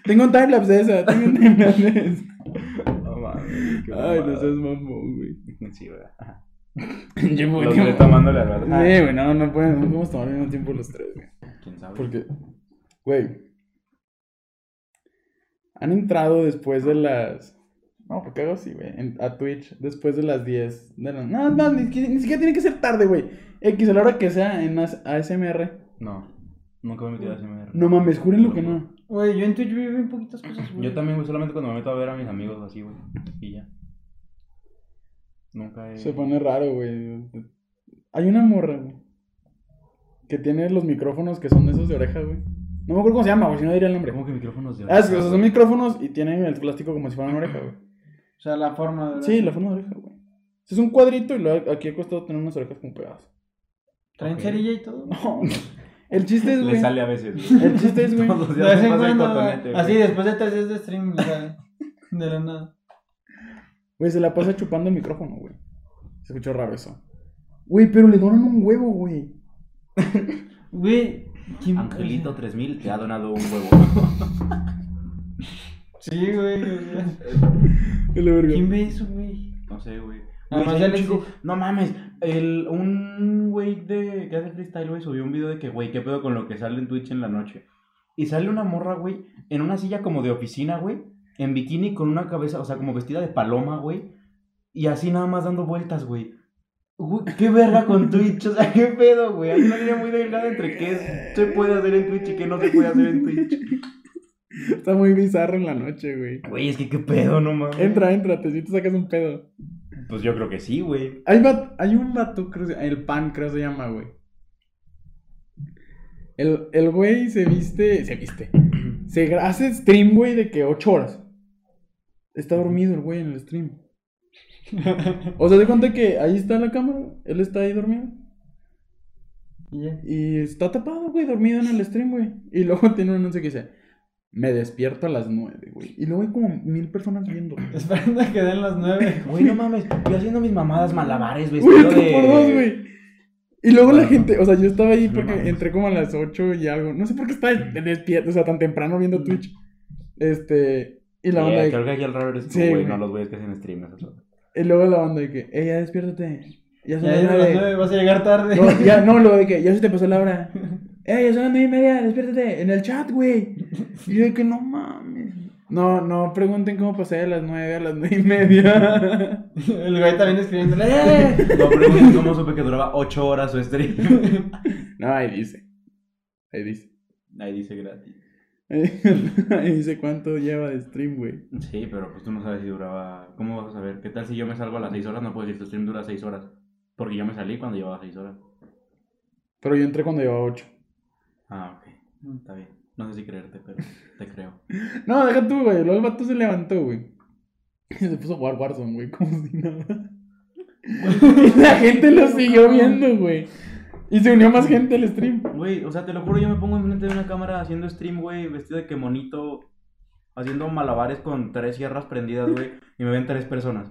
[SPEAKER 1] Tengo un timelapse de esa, tengo un timelapse de esa.
[SPEAKER 2] No mames, qué
[SPEAKER 1] Ay, no
[SPEAKER 2] mamada.
[SPEAKER 1] seas mamón, güey.
[SPEAKER 2] Sí, ¿verdad?
[SPEAKER 1] Yo
[SPEAKER 2] Los tres tomándole al rato.
[SPEAKER 1] Sí, güey, no, no podemos, no podemos tomar al mismo tiempo los tres, güey.
[SPEAKER 2] Ah, ¿Quién sabe?
[SPEAKER 1] Porque, güey, han entrado después de las. No, porque hago así, güey, en- a Twitch, después de las 10. De la... No, no, ni, siquiera- ni siquiera tiene que ser tarde, güey. X, a la hora que sea en as- ASMR.
[SPEAKER 2] No, nunca me he metido a SMR.
[SPEAKER 1] No mames, júrenlo que no.
[SPEAKER 3] Güey, yo en Twitch vi bien poquitas cosas, güey.
[SPEAKER 2] Yo también, güey, solamente cuando me meto a ver a mis amigos así, güey. Y ya. Nunca he...
[SPEAKER 1] Se pone raro, güey. Hay una morra, güey, que tiene los micrófonos que son de esos de oreja, güey. No me acuerdo cómo se llama, güey, si no diría el nombre.
[SPEAKER 2] ¿Cómo que micrófonos de
[SPEAKER 1] Ah, es que
[SPEAKER 2] oreja,
[SPEAKER 1] son
[SPEAKER 2] güey?
[SPEAKER 1] micrófonos y tienen el plástico como si fuera una oreja, güey.
[SPEAKER 3] O sea, la forma de...
[SPEAKER 1] Sí, la forma de oreja, güey. Es un cuadrito y luego aquí al costado tiene unas orejas como pegadas.
[SPEAKER 3] Traen
[SPEAKER 2] Ok.
[SPEAKER 3] cerilla y todo.
[SPEAKER 1] No, no. El chiste es,
[SPEAKER 2] Le
[SPEAKER 1] güey.
[SPEAKER 2] sale a veces, güey.
[SPEAKER 1] El chiste es, güey.
[SPEAKER 2] Todos los
[SPEAKER 3] De
[SPEAKER 2] días
[SPEAKER 3] vez
[SPEAKER 2] me
[SPEAKER 3] en
[SPEAKER 2] pasa el
[SPEAKER 3] cuando,
[SPEAKER 2] cotonete, güey.
[SPEAKER 3] así después de tres días de stream, güey. De la nada.
[SPEAKER 1] Güey, se la pasa chupando el micrófono, güey. Se escuchó raro eso. Güey, pero le donan un huevo, güey.
[SPEAKER 3] Güey, ¿quién-
[SPEAKER 2] Angelito 3000 te ha donado un huevo.
[SPEAKER 3] Sí, güey. güey.
[SPEAKER 1] Y la verga.
[SPEAKER 3] ¿Quién ve eso, güey?
[SPEAKER 2] No sé, güey.
[SPEAKER 3] Además,
[SPEAKER 2] Güey,
[SPEAKER 3] ya
[SPEAKER 2] hay un
[SPEAKER 3] les-
[SPEAKER 2] chico- No mames. El, un güey de que hace freestyle, güey, subió un video de que, güey, qué pedo con lo que sale en Twitch en la noche. Y sale una morra, güey, en una silla como de oficina, güey, en bikini con una cabeza, o sea, como vestida de paloma, güey, y así nada más dando vueltas, güey. Güey, qué verga con Twitch, o sea, qué pedo, güey. Hay una línea muy delgada entre qué es- se puede hacer en Twitch y qué no se puede hacer en Twitch.
[SPEAKER 1] Está muy bizarro en la noche, güey.
[SPEAKER 2] Güey, es que qué pedo, no mames.
[SPEAKER 1] Entra, entra, te, si te sacas un pedo.
[SPEAKER 2] Pues yo creo que sí, güey.
[SPEAKER 1] Hay, va- hay un vato, creo, que- el pan, creo se llama, güey. El, el güey se viste, se viste. Se gra- hace stream, güey, de que 8 horas. Está dormido el güey en el stream. O sea, de cuenta que ahí está la cámara, él está ahí dormido. Y está tapado, güey, dormido en el stream, güey. Y luego tiene un anuncio que dice, me despierto a las 9, güey. Y luego hay como mil personas viendo.
[SPEAKER 3] Esperando a que den las nueve.
[SPEAKER 2] Güey, no mames, yo haciendo mis mamadas malabares,
[SPEAKER 1] Güey,
[SPEAKER 2] vestido
[SPEAKER 1] otro
[SPEAKER 2] de...
[SPEAKER 1] por dos, güey. Y luego la
[SPEAKER 2] Bueno,
[SPEAKER 1] gente, o sea, yo estaba ahí
[SPEAKER 2] No
[SPEAKER 1] porque
[SPEAKER 2] mames.
[SPEAKER 1] entré como a las 8 y algo. No sé por qué estaba despierto, o sea, tan temprano viendo Twitch. Este, y la banda
[SPEAKER 2] Eh,
[SPEAKER 1] de
[SPEAKER 2] Creo que aquí el raro eres tú,
[SPEAKER 1] Sí,
[SPEAKER 2] güey,
[SPEAKER 1] güey.
[SPEAKER 2] no los güeyes que hacen stream. eso es lo-
[SPEAKER 1] y luego la banda de que, "Ey, ya despiértate. Ya son
[SPEAKER 3] Ya
[SPEAKER 1] las
[SPEAKER 3] dieron las
[SPEAKER 1] nueve.
[SPEAKER 3] nueve, vas a llegar tarde.
[SPEAKER 1] No, ya, no, luego de que, ya se te pasó la hora. Ey, ya son las nueve y media, despiértate, en el chat, güey. Y yo de que, no mames. No, no pregunten cómo pasé de las nueve a las nueve y media.
[SPEAKER 3] El güey también escribiéndole. ¡Eh!
[SPEAKER 2] No preguntes cómo supe que duraba 8 horas su stream.
[SPEAKER 1] No, ahí dice. Ahí dice.
[SPEAKER 2] Ahí dice gratis.
[SPEAKER 1] Ahí dice cuánto lleva de stream, güey.
[SPEAKER 2] Sí, pero pues tú no sabes si duraba. ¿Cómo vas a saber? ¿Qué tal si yo me salgo a las 6 horas? No puedo decir tu stream dura 6 horas. Porque yo me salí cuando llevaba 6 horas.
[SPEAKER 1] Pero yo entré cuando llevaba 8.
[SPEAKER 2] Ah, ok. Está bien. No sé si creerte, pero te creo.
[SPEAKER 1] No, deja tú, güey. Luego el vato se levantó, güey. Y se puso a jugar Warzone, güey, como si nada. Y la gente lo siguió viendo, güey. Y se unió más gente al stream.
[SPEAKER 2] Güey, o sea, te lo juro, yo me pongo enfrente de una cámara haciendo stream, güey, vestido de que monito. Haciendo malabares con tres sierras prendidas, güey. Y me ven tres personas.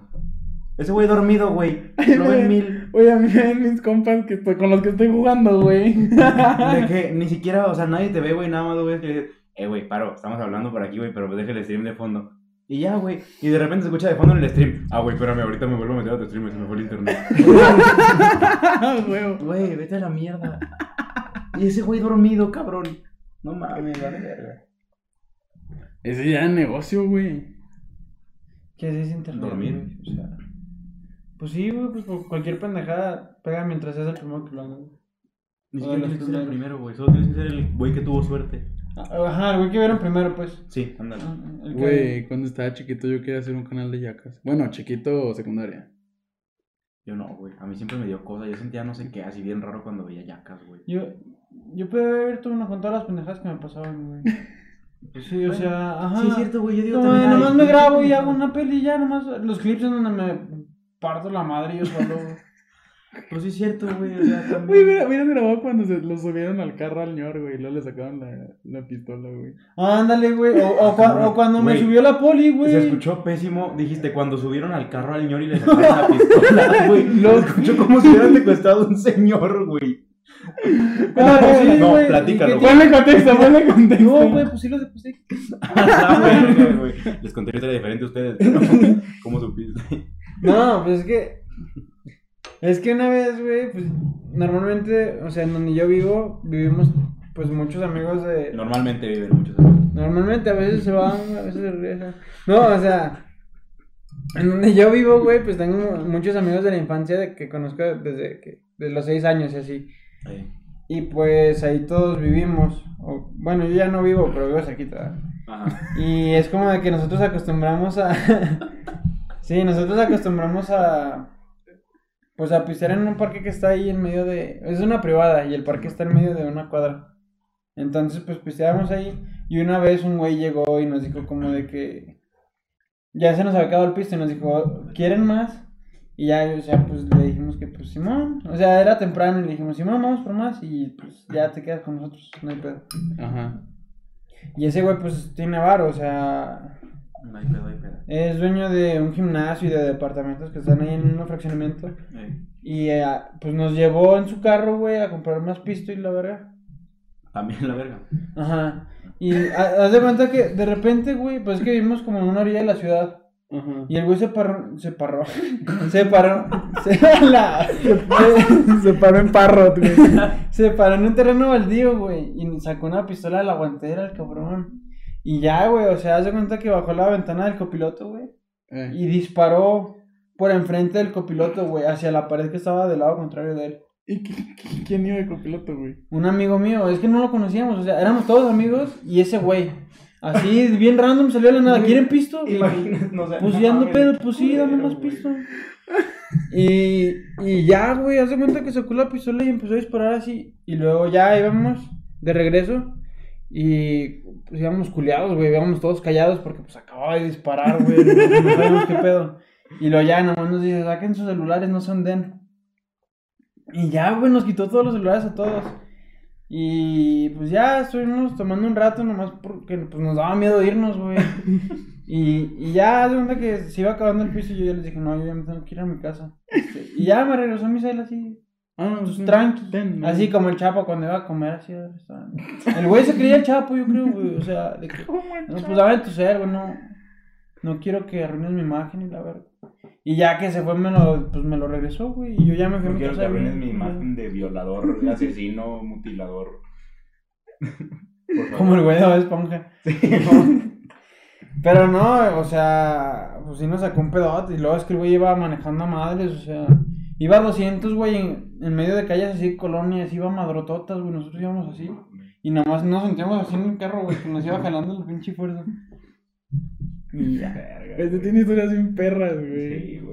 [SPEAKER 2] Ese güey dormido, güey. Lo ven mil.
[SPEAKER 1] Oye, a mí me ven mis compas que estoy, con los que estoy jugando, güey.
[SPEAKER 2] De que ni siquiera, o sea, nadie te ve, güey, nada más, güey, es que dices, eh, güey, paro, estamos hablando por aquí, güey, pero pues deja el stream de fondo. Y ya, güey, y de repente se escucha de fondo en el stream, ah, güey, espérame, ahorita me vuelvo a meter a tu stream, se me fue el internet.
[SPEAKER 1] Huevo.
[SPEAKER 2] Güey, vete a la mierda. Y ese güey dormido, cabrón. No mames, vale verga.
[SPEAKER 1] Ese ya era negocio, güey.
[SPEAKER 3] ¿Qué es internet?
[SPEAKER 2] Dormir.
[SPEAKER 3] güey? O sea, pues sí, güey, pues por cualquier pendejada pega mientras seas el primero que lo haga. güey.
[SPEAKER 2] Ni
[SPEAKER 3] Uno de los
[SPEAKER 2] siquiera tienes que ser el
[SPEAKER 3] primeros.
[SPEAKER 2] primero, güey, solo tienes que ser el güey que tuvo suerte.
[SPEAKER 3] Ajá, el güey que vieron primero, pues.
[SPEAKER 2] Sí, ándale.
[SPEAKER 3] El que-
[SPEAKER 1] Güey, cuando estaba chiquito yo quería hacer un canal de yacas. Bueno, chiquito o secundaria.
[SPEAKER 2] Yo no, güey, a mí siempre me dio cosa, yo sentía no sé qué, así bien raro cuando veía yacas, güey.
[SPEAKER 3] Yo, yo pude haber abierto uno con todas las pendejadas que me pasaban, güey. Pues sí, o
[SPEAKER 2] Bueno,
[SPEAKER 3] sea, ajá.
[SPEAKER 2] Sí, es cierto, güey, yo digo
[SPEAKER 3] Como de,
[SPEAKER 2] también, ay,
[SPEAKER 3] nomás me
[SPEAKER 2] pinche
[SPEAKER 3] grabo y hago
[SPEAKER 2] pendejo.
[SPEAKER 3] una peli y ya, nomás los clips en donde me parto la madre yo solo. güey.
[SPEAKER 2] Pues sí es cierto, güey, o sea, también.
[SPEAKER 1] Güey, mira, mira, grabó cuando se lo subieron al carro al ñor, güey. y Luego le sacaron la, la pistola, güey.
[SPEAKER 3] Ándale, güey. O, o cua-
[SPEAKER 2] cabrón.
[SPEAKER 3] o cuando me
[SPEAKER 2] Güey.
[SPEAKER 3] subió la poli, güey.
[SPEAKER 2] Se escuchó pésimo, dijiste, cuando subieron al carro al señor y le sacaron la pistola, güey. Lo escuchó como si hubieran secuestrado a un señor, güey. pues,
[SPEAKER 3] Ah, sí,
[SPEAKER 2] No,
[SPEAKER 3] güey.
[SPEAKER 2] platícalo,
[SPEAKER 3] ¿Y qué
[SPEAKER 1] Ponle contexto, ponle
[SPEAKER 3] te- No,
[SPEAKER 1] contexto.
[SPEAKER 3] güey, pues sí los pues sí.
[SPEAKER 2] A la verga, Ah, güey. Les conté una historia diferente a ustedes, pero ¿cómo supiste?
[SPEAKER 3] No, pues es que. Es que una vez, güey, pues normalmente, o sea, en donde yo vivo, vivimos pues muchos amigos de.
[SPEAKER 2] Normalmente viven muchos amigos.
[SPEAKER 3] Normalmente a veces se van, a veces se regresan. No, o sea, en donde yo vivo, güey, pues tengo muchos amigos de la infancia de que conozco desde que desde los seis años y así.
[SPEAKER 2] Eh,
[SPEAKER 3] Y pues ahí todos vivimos. o- bueno, yo ya no vivo, pero vivo cerquita.
[SPEAKER 2] Ajá.
[SPEAKER 3] Y es como de que nosotros acostumbramos a. sí, nosotros acostumbramos a. Pues a pisar en un parque que está ahí en medio de. Es una privada y el parque está en medio de una cuadra. Entonces, pues pisteábamos ahí. Y una vez un güey llegó y nos dijo, como de que. Ya se nos había acabado el pisto y nos dijo, ¿quieren más? Y ya, o sea, pues le dijimos que, pues Simón. O sea, era temprano y le dijimos, Simón, vamos por más. Y pues ya te quedas con nosotros, no hay pedo.
[SPEAKER 1] Ajá.
[SPEAKER 3] Y ese güey, pues tiene varo, o sea.
[SPEAKER 2] No hay pedo, hay pedo.
[SPEAKER 3] Es dueño de un gimnasio y de departamentos que están ahí en un fraccionamiento.
[SPEAKER 2] Eh,
[SPEAKER 3] Y eh, pues nos llevó en su carro, güey, a comprar más pisto y la verga.
[SPEAKER 2] También la verga.
[SPEAKER 3] Ajá. Y ha- haz de cuenta que de repente, güey, pues es que vivimos como en una orilla de la ciudad.
[SPEAKER 1] Ajá.
[SPEAKER 3] Y el güey se paró, se paró, se paró, se, la-
[SPEAKER 1] Se paró en parrot, güey.
[SPEAKER 3] se paró en un terreno baldío, güey, y sacó una pistola de la guantera, el cabrón. Y ya, güey, o sea, haz de cuenta que bajó la ventana del copiloto, güey,
[SPEAKER 1] Eh,
[SPEAKER 3] y disparó por enfrente del copiloto, güey, hacia la pared que estaba del lado contrario de él.
[SPEAKER 1] ¿Y qui- qui- quién iba de copiloto, güey?
[SPEAKER 3] Un amigo mío, es que no lo conocíamos, o sea, éramos todos amigos y ese güey. Así, bien random, salió de la nada. ¿Quieren pisto?
[SPEAKER 2] Imagínate, no sé.
[SPEAKER 3] Pues
[SPEAKER 2] no
[SPEAKER 3] ya ando
[SPEAKER 2] mames,
[SPEAKER 3] pedo, pues sí, dame
[SPEAKER 2] culero,
[SPEAKER 3] más
[SPEAKER 2] güey.
[SPEAKER 3] pisto. Y, y ya, güey, hace cuenta que sacó la pistola y empezó a disparar así. Y luego ya íbamos de regreso y pues íbamos culiados, güey, íbamos todos callados porque pues acababa de disparar, güey. No, no sabíamos qué pedo. Y luego ya nomás nos dice, saquen sus celulares, no son den. Y ya, güey, nos quitó todos los celulares a todos. Y pues ya estuvimos tomando un rato nomás porque pues, nos daba miedo irnos, güey. Y, y ya, haz de cuenta que se iba acabando el piso y yo ya les dije, no, yo ya me tengo que ir a mi casa. Este, y ya me regresó mi cel así,
[SPEAKER 1] Ah, no,
[SPEAKER 3] pues,
[SPEAKER 1] sí.
[SPEAKER 3] tranqui.
[SPEAKER 1] Ten, ¿no?
[SPEAKER 3] Así como el Chapo cuando iba a comer así al restaurante. El güey se creía el Chapo, yo creo, güey. O sea, de que, no, pues dame tu cel, güey, no, no quiero que arruines mi imagen y la verdad. Y ya que se fue, me lo, pues me lo regresó, güey. Y yo ya me fui
[SPEAKER 2] No
[SPEAKER 3] a mi
[SPEAKER 2] quiero que
[SPEAKER 3] casa.
[SPEAKER 2] arruines
[SPEAKER 3] güey.
[SPEAKER 2] mi imagen de violador, asesino, mutilador. Por favor.
[SPEAKER 3] Como el güey de Bob Esponja. Pero no, o sea, pues sí nos sacó un pedote. Y luego es que el güey iba manejando a madres, o sea, iba a 200, güey, en, en medio de calles así, colonias, iba a madrototas, güey. Nosotros íbamos así. Y nada más nos sentíamos así en el carro, güey, que nos iba jalando la pinche fuerza. Y ya.
[SPEAKER 2] Verga,
[SPEAKER 1] Este
[SPEAKER 2] güey.
[SPEAKER 1] tiene historias bien perras, güey.
[SPEAKER 2] Sí,